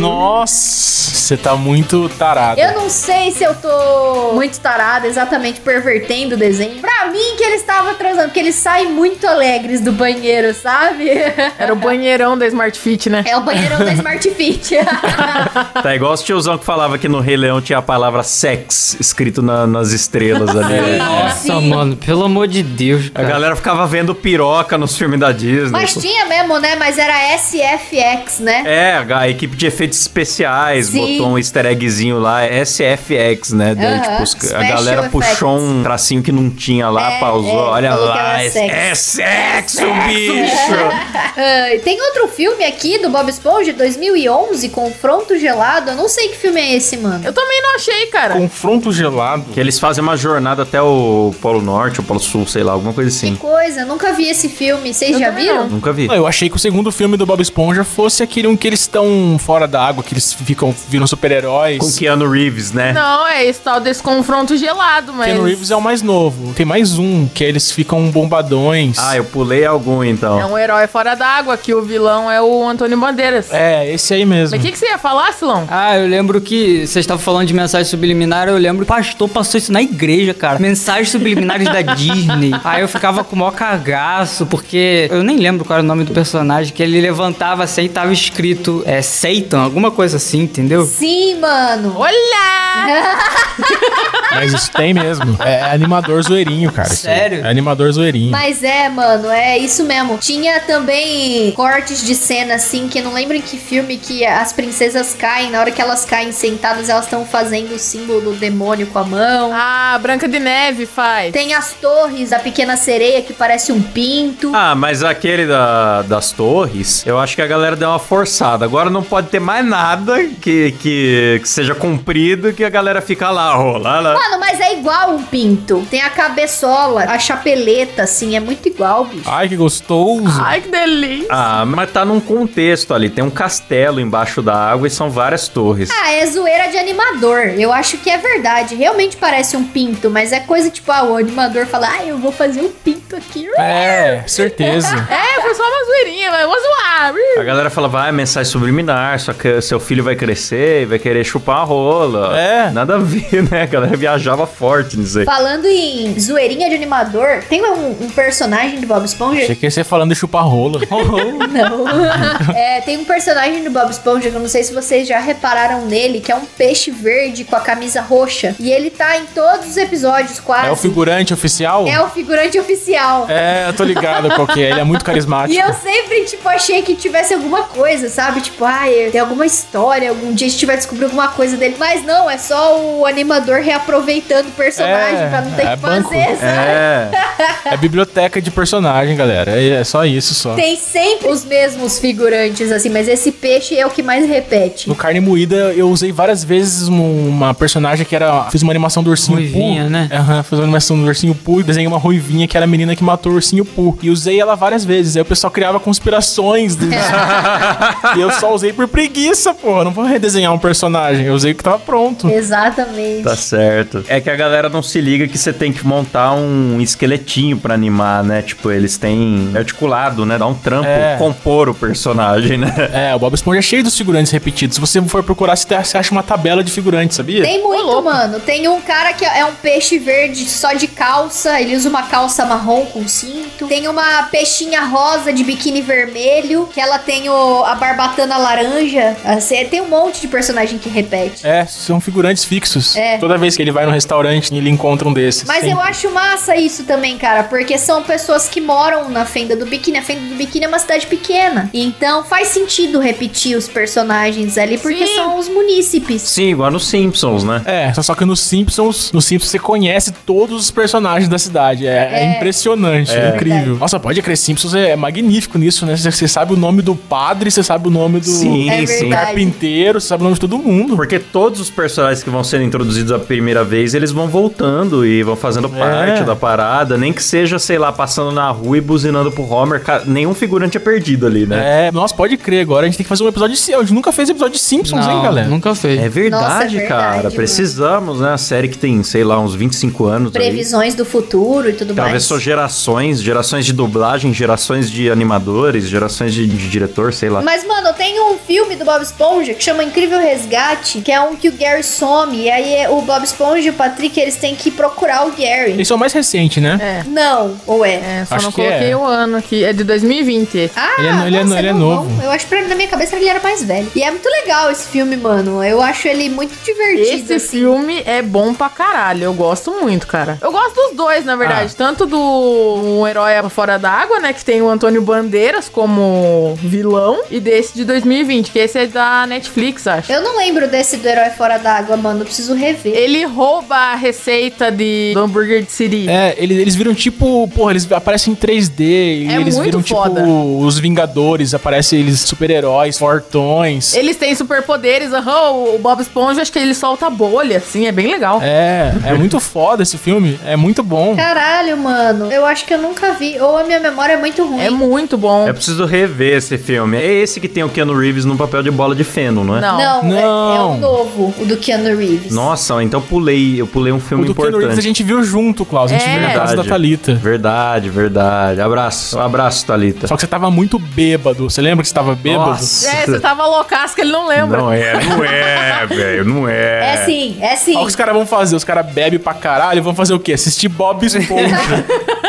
B: Nossa, você tá muito tarado.
E: Eu não sei se eu tô muito tarada, exatamente pervertendo o desenho. Pra mim que eles estavam transando, porque eles saem muito alegres do banheiro, sabe? (laughs)
F: Era o banheirão da Smart Fit, né?
E: É o banheirão da Smart Fit.
A: Tá igual os tiozão que falava que no Rei Leão tinha a palavra sex escrito na- nas estrelas ali. né?
D: Nossa, mano, pelo amor de Deus,
A: A
D: cara.
A: galera ficava vendo piroca nos filmes da Disney.
E: É. Mas tinha mesmo, né? Mas era SFX, né?
A: É, a a equipe de efeitos especiais
E: Sim.
A: botou um easter eggzinho lá, SFX, né? Daí,
E: Aham,
A: tipo, os- a
E: Special
A: galera puxou
E: Effects.
A: um tracinho que não tinha lá,
E: É,
A: pausou,
E: é,
A: olha
E: falou que
A: lá,
E: era
A: é
E: sexo.
A: é sexo, bicho!
E: Ah, e tem outro filme aqui do Bob Esponja, 2011, Confronto Gelado. Eu não sei que filme é esse, mano.
F: Eu também não achei, cara.
B: Confronto gelado.
A: que eles fazem uma jornada até o Polo Norte, o Polo Sul, sei lá, alguma coisa assim.
E: Que coisa, eu nunca vi esse filme. Vocês
F: Eu
E: já
F: também
E: viram?
A: Nunca vi.
B: Não, eu achei que o segundo filme do Bob Esponja fosse aquele um que eles estão fora da água, que eles ficam viram super-heróis.
A: Com Keanu Reeves, né?
F: Não, é esse tal desse confronto gelado, mas.
B: Keanu Reeves é o mais novo. Tem mais um, que eles ficam bombadões.
A: Ah, eu pulei algum então.
F: É um herói fora d'água, que o vilão é o Antônio Bandeiras.
B: É, esse aí mesmo.
F: Mas o que, que você ia falar, Silão?
D: Ah, eu lembro que vocês estavam falando de mensagem subliminar, eu lembro que o pastor passou isso na igreja, cara. Mensagens subliminares da
B: (laughs)
D: Disney. Aí eu ficava com o maior cagaço, porque eu nem lembro qual era o nome do personagem, que ele levantava assim e tava escrito é, Satan, alguma coisa assim, entendeu?
E: Sim, mano.
F: Olá!
B: Mas isso tem mesmo. É animador zoeirinho, cara. isso aí.
D: Sério?
B: É animador zoeirinho.
E: Mas é, mano, é isso mesmo. Tinha também cortes de cena, assim, que eu não lembro em que filme que as princesas caem. Na hora que elas caem sentadas, elas estão fazendo o símbolo do demônio com a mão.
F: Ah, Branca de Neve faz.
E: Tem as torres da pequena sereia que parece um pinto.
A: Ah, mas aquele da- das torres, eu acho que a galera deu uma forçada. Agora não pode ter mais nada que, que, que seja cumprido que a galera fica lá, ó, lá, lá.
E: Mano, mas é igual um pinto. Tem a cabeçola, a chapeleta, assim, é muito igual, bicho.
B: Ai, que gostoso.
F: Ai, que delícia.
A: Ah, mas tá num contexto ali. Tem um castelo embaixo da água e são várias torres.
E: Ah, é zoeira de animador. Eu acho que é verdade. Realmente parece um pinto, mas é coisa tipo, ah, o animador fala, ah, eu vou fazer um pinto aqui.
B: É, certeza.
F: É, foi só uma zoeirinha, mas eu vou zoar.
A: A galera fala, vai, mensagem subliminar, só que seu filho vai crescer e vai querer chupar a rola.
B: É.
A: Nada a ver, (laughs) né? A galera viajava forte nisso aí.
E: Falando em zoeirinha de animador, tem um, um personagem do Bob Esponja
B: Achei que ia ser falando de chupar rola. (laughs)
E: Não. É, tem um personagem do Bob Esponja que eu não sei se vocês já repararam nele, que é um peixe verde com a camisa roxa. E ele tá em todos os episódios, quase.
B: É o figurante oficial?
E: É o figurante oficial.
B: É, eu tô ligado qual que é. Ele é muito
E: E
B: carismático.
E: eu sempre, tipo, achei que tivesse alguma coisa, sabe? Tipo, ah, tem alguma história, algum dia a gente vai descobrir alguma coisa dele. Mas não, é só o animador reaproveitando o personagem
B: É,
E: pra não ter
B: é
E: que
B: banco.
E: fazer, sabe?
A: É.
B: É biblioteca de personagem, galera. É é só isso,
A: Tá.
B: só.
E: Tem sempre os mesmos figurantes, assim, mas esse peixe é o que mais
A: (laughs)
E: repete.
B: No Carne Moída, eu usei várias vezes um- uma personagem que era. Fiz uma animação do ursinho
D: Ruivinha,
B: Pooh.
D: né?
B: Aham, fiz uma animação do ursinho Pooh e desenhei uma ruivinha que era a menina menina que matou o ursinho Pooh. E usei ela várias vezes. Aí o pessoal criava
E: (laughs)
B: conspirações. do- e eu só usei por preguiça, porra. Não vou redesenhar um personagem. Eu usei o que tava pronto.
E: Exatamente.
A: Tá certo. É que a galera não se liga que você tem que montar um esqueletinho pra animar, né? Tipo, eles têm articulado, né? Dá um trampo
B: É.
A: compor o personagem, né?
B: É, o Bob Esponja é cheio dos figurantes repetidos. Se você for procurar, você acha uma tabela de figurantes, sabia?
E: Tem muito, mano. Tem um cara que é um peixe verde só de calça, ele usa uma calça marrom com cinto. Tem uma peixinha rosa de biquíni vermelho, que ela tem o, a barbatana laranja. Assim, tem um monte de personagem que repete.
B: É, são figurantes fixos.
E: É.
B: Toda vez que ele vai no restaurante, ele encontra um desses.
E: Mas eu acho massa isso também, cara, porque são pessoas que moram na Fenda do Biquíni. A Fenda do Biquíni é uma cidade pequena. Então faz sentido repetir os personagens ali, porque são os munícipes.
A: Sim, igual nos Simpsons, né?
B: É, só- só que nos Simpsons, no Simpsons você conhece todos os personagens da cidade. É, é
E: É.
B: impressionante,
A: É.
B: é incrível. Nossa, pode crer, Simpsons é, é magnífico nisso, né? Você- Você sabe o nome do padre, você sabe o nome do
A: Sim, É sim. verdade.
B: carpinteiro, você sabe o nome de todo mundo.
A: Porque todos os personagens que vão sendo introduzidos a primeira vez, eles vão voltando e vão fazendo parte da parada. Nem que seja, sei lá, passando na rua e buzinando pro Homer. Cara, nenhum figurante é perdido ali, né?
B: É, nossa, pode crer, agora a gente tem que fazer um episódio de Simpsons. A gente nunca fez episódio de Simpsons, hein, galera?
D: Nunca fez.
A: É verdade,
E: Nossa, é verdade,
A: cara.
E: mano.
A: Precisamos, né? A série que tem, sei lá, uns 25 anos. aí.
E: Previsões do futuro e tudo mais.
A: Atravessou gerações, gerações de dublagem, gerações de animadores, gerações de, de diretor, sei lá.
E: Mas, mano, tem um filme do Bob Esponja que chama Incrível Resgate, que é um que o Gary some. E aí é o Bob Esponja e o Patrick, eles têm que procurar o Gary.
B: Esse é o mais recente, né?
F: É.
E: Não, ou é?
F: É, só
B: Acho
F: não
B: que
F: coloquei
B: é.
F: o ano aqui. É de 2020.
E: Ah,
B: Ele é no- ele é no-
E: nossa,
B: ele é
E: novão.
B: novo.
E: Eu acho que pra mim, na minha cabeça ele era mais velho. E é muito legal esse filme, mano. Eu acho ele muito divertido.
F: Esse filme é bom pra caralho. Eu gosto muito, cara. Eu gosto dos dois, na verdade. Tanto do Um Herói Fora d'Água, né? Que tem o Antônio Bandeiras como vilão. E desse de 2020, que esse é da Netflix, acho.
E: Eu não lembro desse do Herói Fora d'Água, mano. Eu preciso rever.
F: Ele rouba a receita de do hambúrguer de Siri.
B: É, ele- eles viram tipo, porra, eles aparecem em 3D, e
F: É
B: eles
F: muito
B: viram
F: foda.
B: tipo os Vingadores, aparecem eles super-heróis, fortões.
F: Eles têm superpoderes, aham, o- o Bob Esponja acho que ele solta bolha, assim, é bem legal.
B: É, é muito foda esse filme, é muito bom.
E: Caralho, mano. Eu acho que eu nunca vi. Ou a minha memória é muito ruim.
F: É muito bom.
A: É preciso rever esse filme. É esse que tem o Keanu Reeves num papel de bola de feno, não é?
F: Não.
E: Não, é- É,
B: Não.
E: o novo, o do Keanu Reeves.
A: Nossa, então pulei. Eu pulei um filme
B: O do
A: importante.
B: Keanu Reeves a gente viu junto, Klaus, a gente
F: É.
B: viu na casa da
A: Verdade.
B: Thalita.
A: Verdade, verdade. Abraço. Um abraço, Thalita.
B: Só que você tava muito bêbado, você lembra que você tava bêbado?
F: É, você tava loucasca, ele não lembra.
A: Não é, não é, velho. Não é.
E: É sim, é sim.
B: Olha o que os caras vão fazer, os caras bebem pra caralho, vão fazer o quê?
A: (laughs)
B: Assistir Bob Esponja.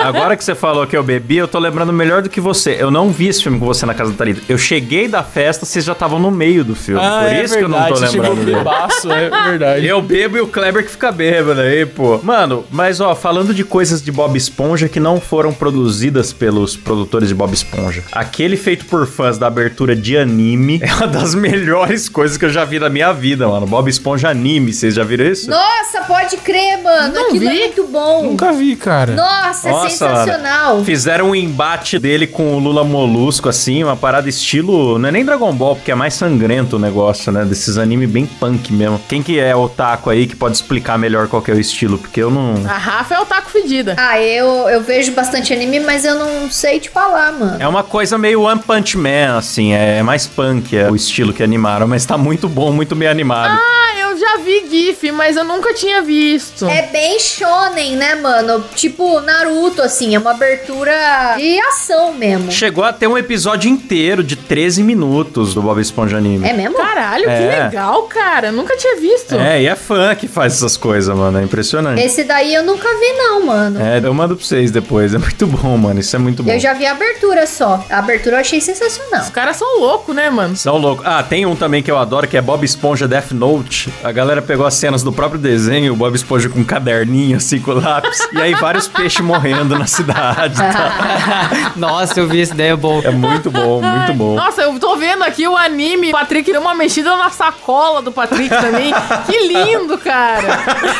A: Agora que você falou que eu bebi, eu tô lembrando melhor do que você. Eu não vi esse filme com você na casa da Thalita. Eu cheguei da festa, vocês já estavam no meio do filme. Por isso que eu não tô
B: Ah, é você chegou
A: lembrando. dele.
B: bebaço, é verdade.
A: Eu bebo e o Kleber que fica bêbado aí, pô. Mano, mas ó, falando de coisas de Bob Esponja que não foram produzidas pelos produtores de Bob Esponja. Aquele feito por fãs da abertura de anime é uma das melhores coisas que eu já vi na minha vida, mano. Bob Esponja anime, vocês já viram isso?
E: Nossa, pode crer, mano.
F: Não
E: Aquilo é
F: vi.
E: muito bom.
B: Nunca vi, cara.
E: Nossa, é
A: mano.
E: sensacional.
A: Fizeram um embate dele com o Lula Molusco, assim, uma parada estilo. Não é nem Dragon Ball, porque é mais sangrento o negócio, né? Desses anime bem punk mesmo. Quem que é otaku aí que pode explicar melhor qual que é o estilo? Porque eu não.
F: A Rafa é o taco fedida.
E: Ah, eu, eu vejo bastante anime, mas eu não sei te falar, mano.
A: É uma coisa meio One Punch Man, assim, é mais punk é o estilo que animaram, mas tá muito bom, muito bem animado.
F: Ah, eu já vi GIF, mas eu nunca tinha visto.
E: É bem shonen, né, mano? Tipo Naruto, assim, é uma abertura de ação mesmo.
A: Chegou a ter um episódio inteiro de 13 minutos do Bob Esponja Anime.
E: É mesmo?
F: Caralho, que
A: É.
F: legal, cara. Eu Nunca tinha visto.
A: É, e é fã que faz essas coisas, mano, é impressionante.
E: Esse daí eu nunca vi, não, mano.
A: É, eu mando pra vocês depois, é muito bom, mano, isso é muito bom.
E: Eu já vi a abertura só. A abertura eu achei sensacional.
F: Os caras são loucos, né, mano?
A: São loucos. Ah, tem um também que eu adoro, que é Bob Esponja Death Note. A galera pegou as cenas do próprio desenho, o Bob Esponja com um caderninho, assim, com lápis, e aí vários peixes morrendo na cidade. Tá?
D: É. Nossa, eu vi essa ideia boa.
A: É muito bom, muito bom.
F: Nossa, eu tô vendo aqui o anime. O Patrick deu uma mexida na sacola do Patrick também. que lindo, cara.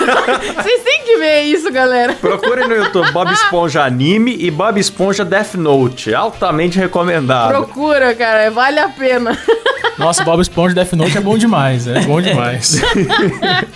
F: (laughs) Vocês têm que ver isso, galera.
A: Procure no YouTube Bob Esponja Anime e Bob Esponja Death Note. Altamente recomendado.
F: Procura, cara. Vale a pena.
A: (laughs)
B: Nossa, Bob Esponja e Death Note é bom demais, é bom demais.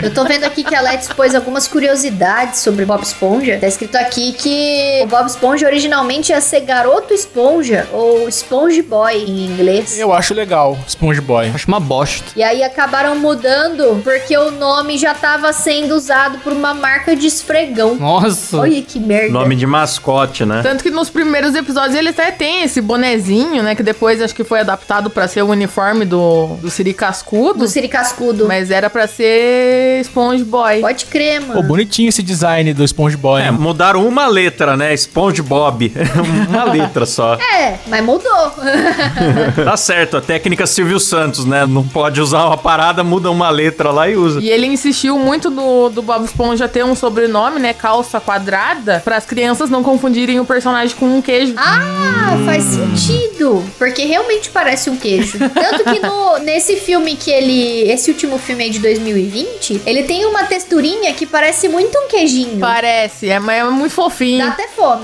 E: Eu tô vendo aqui que a Let's pôs algumas curiosidades sobre Bob Esponja. Tá escrito aqui que o Bob Esponja originalmente ia ser Garoto Esponja ou Sponge Boy em inglês.
B: Eu acho legal, Sponge Boy.
D: Acho uma bosta.
E: E aí acabaram mudando porque o nome já tava sendo usado por uma marca de esfregão.
D: Nossa.
E: Olha que merda.
A: Nome de mascote, né?
F: (laughs) Tanto que nos primeiros episódios ele até tem esse bonezinho, né? Que depois acho que foi adaptado pra ser o uniforme do, do Siri Cascudo.
E: Do Siri Cascudo.
F: Mas era pra ser Sponge Boy.
E: Pode crer, mano.
B: Pô, bonitinho esse design do Sponge Boy.
A: É, mudaram uma letra, né? Sponge Bob. (laughs) uma letra só.
E: É, mas mudou. (laughs)
A: tá certo, a técnica Silvio Santos, né? Não pode usar uma parada, muda uma letra lá e usa.
F: E ele insistiu muito do, do Bob Esponja ter um sobrenome, né? Calça quadrada, para as crianças não confundirem o personagem com um queijo.
E: Ah, faz sentido. Porque realmente parece um queijo. Tanto que no- nesse filme que ele. Esse último filme aí de 2020, ele tem uma texturinha que parece muito um queijinho.
F: Parece, é, mas é muito fofinho.
E: Dá até fome.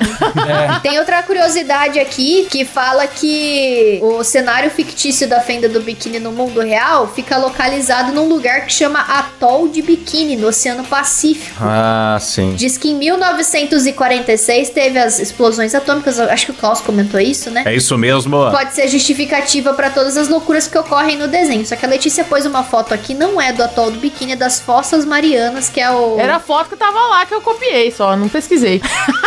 E: Tem outra curiosidade aqui que fala que o cenário fictício da fenda do biquíni no mundo real fica localizado num lugar que chama Atol de Biquíni, no Oceano Pacífico.
A: Ah, sim.
E: Diz que em 1946 teve as explosões atômicas, eu acho que o Klaus comentou isso, né?
A: É isso mesmo.
E: Pode ser justificativa pra todas as loucuras que ocorrem no desenho. Só que a Letícia pôs uma foto aqui, não é do atol do biquíni, é das fossas marianas, que é o.
F: Era a foto que tava lá que eu copiei só, não pesquisei.
A: É,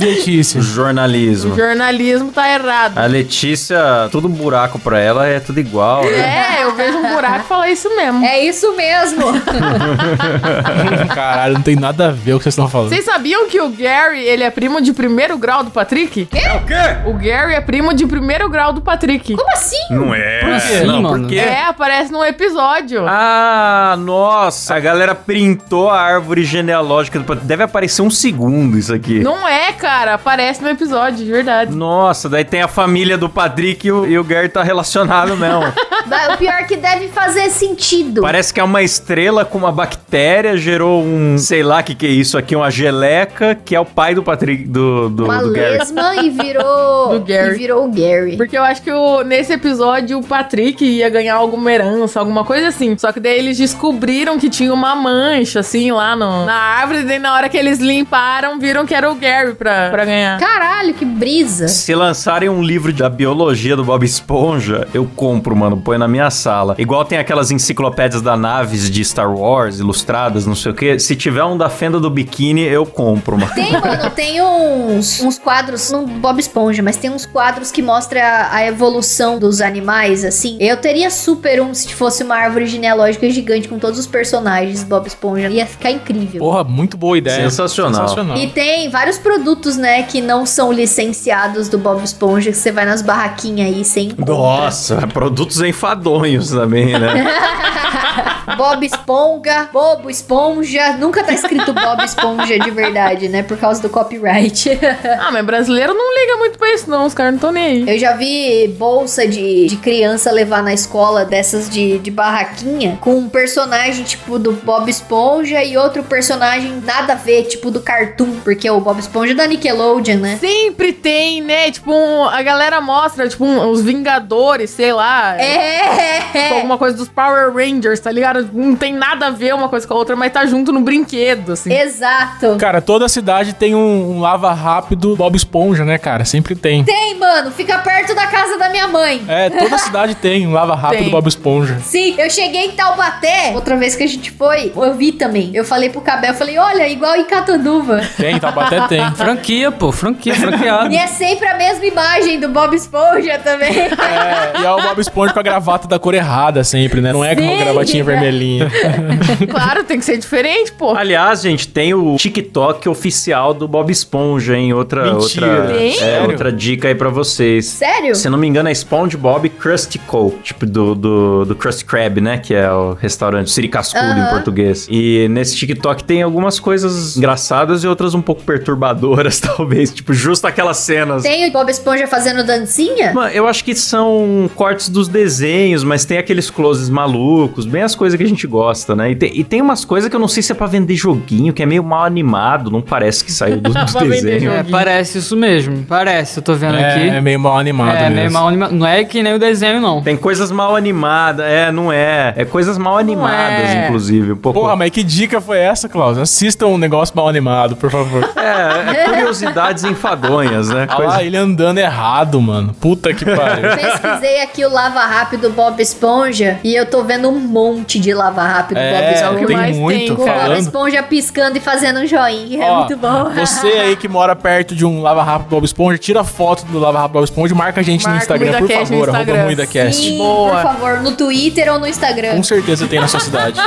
A: (laughs)
B: Letícia.
F: o
A: Jornalismo.
F: jornalismo tá errado.
A: A Letícia, todo buraco pra ela é tudo igual, né?
F: É, eu vejo um buraco e falo "É isso mesmo.
E: É isso mesmo! (laughs)
B: Caralho, não tem nada a ver o que vocês estão falando.
F: Vocês sabiam que o Gary, ele é primo de primeiro grau do Patrick?
A: É o quê?
F: O Gary é primo de primeiro grau do Patrick.
E: Como assim?
A: Não é.
D: Por quê?
A: Não,
D: Mano.
A: por quê?
F: É, aparece num episódio.
A: Ah, nossa, a galera printou a árvore genealógica. do pat- Deve aparecer um segundo isso aqui.
F: Não é, cara. Aparece no episódio, de verdade.
A: Nossa, daí tem a família do Patrick e o, e o Gary tá relacionado mesmo.
E: Vai, O pior é que deve fazer sentido.
A: Parece que é uma estrela com uma bactéria, gerou um, sei lá o que que é isso aqui, uma geleca, que é o pai do Patrick, do, do,
E: Uma
A: do Gary.
E: lesma e virou.
F: (laughs) Do Gary.
E: E virou o Gary.
F: Porque eu acho que o- nesse episódio o Patrick ia ganhar alguma herança, alguma coisa assim. Só que daí eles descobriram que tinha uma mancha, assim, lá no, na árvore. E daí na hora que eles limparam, viram que era o Gary pra, pra ganhar.
E: Caralho, que brisa.
A: Se lançarem um livro da biologia do Bob Esponja, eu compro, mano, põe na minha sala. Igual tem aquelas enciclopédias da naves de Star Wars, ilustradas, não sei o quê. Se tiver um da fenda do biquíni, eu compro,
E: (laughs)
A: mano.
E: Tem, mano, tem uns, uns quadros, não do Bob Esponja, mas tem uns quadros que mostra a, a evolução dos animais, assim. Eu teria super um se fosse uma árvore genealógica gigante com todos os personagens do Bob Esponja. Ia ficar incrível.
B: Porra, muito boa ideia.
A: Sensacional.
E: E tem vários produtos, né, que não são licenciados do Bob Esponja, que você vai nas barraquinhas aí sem.
A: Nossa, É, produtos enfadonhos também, né?
E: Bob Esponja, Bobo Esponja. Nunca tá escrito Bob Esponja de verdade, né? Por causa do copyright. (laughs)
F: Ah, mas brasileiro não liga muito pra isso, não. Os caras não estão nem aí.
E: Eu já vi bolsa de, de criança levar na escola dessas de, de barraquinha com um personagem tipo do Bob Esponja e outro personagem nada a ver, tipo do Cartoon, porque o Bob Esponja é da Nickelodeon, né?
F: Sempre tem, né? Tipo, um- a galera mostra, tipo, um- os Vingadores, sei lá. Tipo,
E: É!
F: alguma coisa dos Power Rangers, tá ligado? Não tem nada a ver uma coisa com a outra, mas tá junto no brinquedo, assim.
E: Exato!
B: Cara, toda cidade tem um, um lava rápido Bob Esponja, né, cara? Sempre tem.
E: Tem, mano, fica perto da casa da minha mãe.
B: É, toda cidade tem um lava rápido
F: Tem.
B: Bob Esponja.
E: Sim, eu cheguei em Taubaté, outra vez que a gente foi, eu vi também. Eu falei pro Cabel, eu falei, olha, igual em Catanduva.
B: Tem, Taubaté tem.
D: Franquia, pô. Franquia, (laughs) franqueado.
E: E é sempre a mesma imagem do Bob Esponja também. (laughs)
B: É, e é o Bob Esponja com a gravata da cor errada sempre, né? Não é com uma
E: Sim.
B: gravatinha vermelhinha.
F: Claro, tem que ser diferente, pô.
A: Aliás, gente, tem o TikTok oficial do Bob Esponja, hein? Outra,
B: Mentira.
A: outra,
F: Tem?
A: é, outra dica aí pra vocês.
E: Sério?
A: Se eu não me engano, é Sponge Bob Crusticle, tipo do, do, do Crust Crab, né? Que é o restaurante Siricascudo em
E: Aham.
A: português. E nesse TikTok tem algumas coisas engraçadas e outras um pouco perturbadoras, (laughs) talvez. Tipo, justo aquelas cenas.
E: Tem o Bob Esponja fazendo dancinha?
A: Mano, eu acho que são cortes dos desenhos, mas tem aqueles closes malucos, bem as coisas que a gente gosta, né? E, te- e tem umas coisas que eu não sei se é pra vender joguinho, que é meio mal animado, não parece que saiu do, do
D: Pra vender
A: desenho.
D: É, parece isso mesmo. Parece, eu tô vendo
A: É,
D: aqui.
A: é meio mal animado
D: É, meio
A: mesmo.
D: mal animado. Não é que nem o desenho, não.
A: Tem coisas mal animadas, é, não é. É coisas mal animadas,
B: é.
A: inclusive. um pouco-
B: Porra, mas que dica foi essa, Klaus? Assista um negócio mal animado, por favor.
A: É, é curiosidades enfadonhas, né?
B: Olha lá, ele andando errado, mano. Puta que pariu.
E: (laughs) Pesquisei aqui o Lava Rápido Bob Esponja e eu tô vendo um monte de Lava Rápido
B: É,
E: Bob Esponja.
B: tem
E: O que mais
B: muito
E: Com o Bob
B: falando.
E: Esponja piscando e fazendo um joinha. é
B: Ó,
E: muito bom. (laughs)
B: Você aí que mora perto de um Lava Rápido Bob Esponja, tira foto do Lava Rápido Bob Esponja e marca a gente no
E: Marca o
B: Instagram, por
E: MuidaCast no
B: favor. Arroba
E: Instagram.
B: MuidaCast.
E: Sim, por favor, no Twitter ou no Instagram.
B: Com certeza tem na sua
D: (laughs)
B: cidade.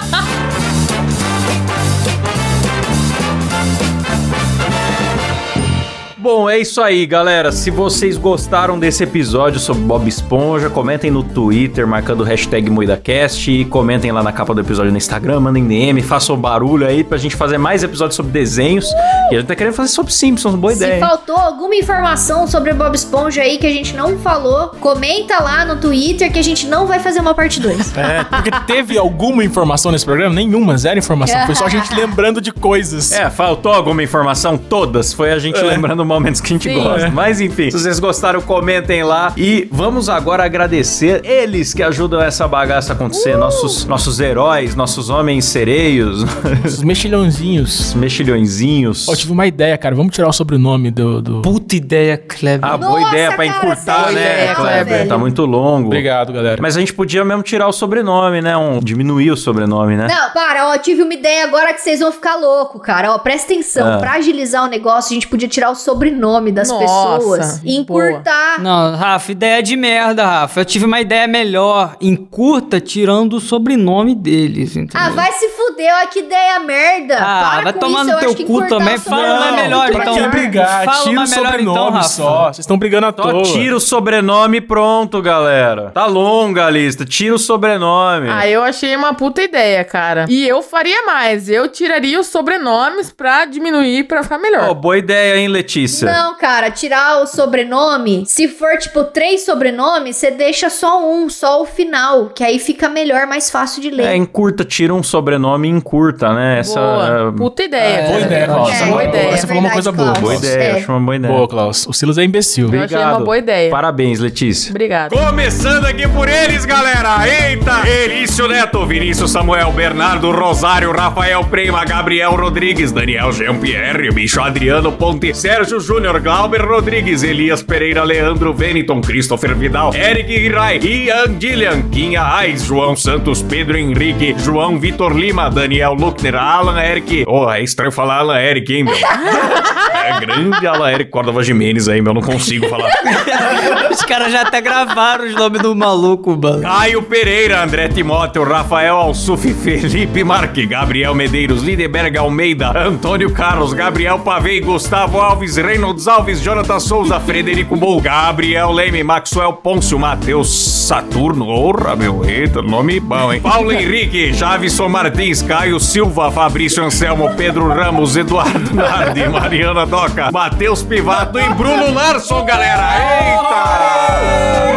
A: Bom, é isso aí, galera. Se vocês gostaram desse episódio sobre Bob Esponja, comentem no Twitter, marcando o hashtag MoidaCast, e comentem lá na capa do episódio no Instagram, mandem DM, façam barulho aí pra gente fazer mais episódios sobre desenhos. E a gente tá querendo fazer sobre Simpsons, boa
E: Se
A: ideia. é, hein?
E: faltou alguma informação sobre Bob Esponja aí que a gente não falou, comenta lá no Twitter que a gente não vai fazer uma
A: (laughs)
E: parte 2.
B: É, porque teve alguma informação nesse programa? Nenhuma, zero informação. Foi só a
E: (laughs)
B: gente lembrando de coisas.
A: É, faltou alguma informação? Todas. Foi a gente
B: É.
A: lembrando momentos que a gente
B: Sim.
A: gosta.
B: É.
A: Mas enfim, se vocês gostaram, comentem lá. E vamos agora agradecer eles que ajudam essa bagaça a acontecer. Nossos, nossos heróis, nossos homens sereios. (laughs)
B: Os mexilhãozinhos. Os
A: mexilhãozinhos.
B: Ó, tive uma ideia, cara. Vamos tirar o sobrenome do. do...
D: Puta ideia, Kleber.
A: Ah, boa ideia pra encurtar, né,
B: boa ideia,
A: Kleber?
B: Kleber.
A: Tá muito longo.
B: Obrigado, galera.
A: Mas a gente podia mesmo tirar o sobrenome, né? Um, diminuir o sobrenome, né?
E: Não, para, ó, tive uma ideia agora que vocês vão ficar louco, cara. Ó, presta atenção,
A: Ah.
E: pra agilizar o negócio, a gente podia tirar o sobrenome das
D: Nossa,
E: pessoas e encurtar.
D: Não, Rafa, ideia de merda, Rafa. Eu tive uma ideia melhor. Encurta tirando o sobrenome deles, entendeu?
E: Ah, vai se fuder, ó, que ideia merda.
D: Ah,
E: para
D: vai
E: com
D: tomar
E: isso,
D: no
E: eu
D: teu
E: acho que
D: cu
E: encurtar
D: também,
E: o
D: fala
E: sobrenome
D: na
E: é
D: melhor,
E: muito
D: então.
B: Pra que
E: melhor.
B: brigar?
D: Fala
B: Tira
D: uma
B: o
D: melhor
B: sobrenome
D: então, Rafa.
B: só. Vocês estão brigando à
A: Só
B: toa.
A: tira o sobrenome e pronto, galera. Tá longa a lista. Tira o sobrenome.
F: Ah, eu achei uma puta ideia, cara. E eu faria mais. Eu tiraria os sobrenomes pra diminuir, pra ficar melhor.
A: Pô, boa ideia, hein, Letícia?
E: Não, cara, tirar o sobrenome. Se for tipo três sobrenomes, você deixa só um, só o final, que aí fica melhor, mais fácil de ler.
A: É, encurta, tira um sobrenome e encurta, né? Essa.
F: Boa.
A: é,
F: Puta ideia.
B: Boa
F: cara.
B: ideia, Klaus.
F: É, boa ideia.
B: Você falou uma coisa boa.
A: Boa
B: Klaus.
A: ideia, acho uma boa ideia.
B: Boa, Klaus. O Silas é imbecil.
F: É. Eu achei uma boa ideia.
A: Parabéns, Letícia.
F: Obrigado.
L: Começando aqui por eles, galera! Eita! Elício Neto, Vinícius Samuel, Bernardo Rosário, Rafael Prema, Gabriel Rodrigues, Daniel Jean-Pierre, Bicho Adriano Ponte, Sérgio Júnior, Glauber Rodrigues, Elias Pereira, Leandro Veniton, Christopher Vidal, Eric Girai, Ian Gillian, Quinha Ais, João Santos, Pedro Henrique, João Vitor Lima, Daniel Luckner, Alan Eric. Oh, é estranho falar Alan Eric,
F: (laughs)
L: hein, meu? É grande Alan Eric Córdova Jimenez aí, meu, não consigo falar.
D: (laughs) Os caras já até gravaram os nomes do maluco, (laughs) mano.
L: Caio Pereira, André Timóteo, Rafael Alsuf, Felipe Marque, Gabriel Medeiros, Lideberg Almeida, Antônio Carlos, Gabriel Pavei, Gustavo Alves, Reynolds Alves, Jonathan Souza, Frederico Bol, Gabriel Leme, Maxwell Pôncio, Matheus Saturno, orra meu, eita, nome bom, hein? Paulo Henrique, Javison Martins, Caio Silva, Fabrício Anselmo, Pedro Ramos, Eduardo (laughs) Nardi, Mariana Doca, Matheus Pivato e Bruno Larson, galera, eita!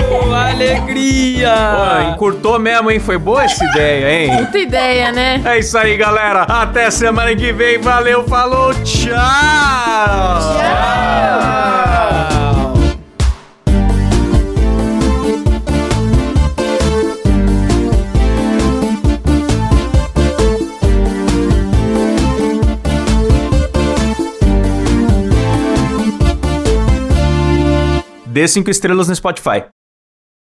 A: Pô,
D: alegria!
A: encurtou mesmo, hein? Foi boa essa ideia, hein?
F: Puta ideia, né?
L: É isso aí, galera. Até semana que vem. Valeu, falou, tchau!
A: Dê cinco estrelas no Spotify.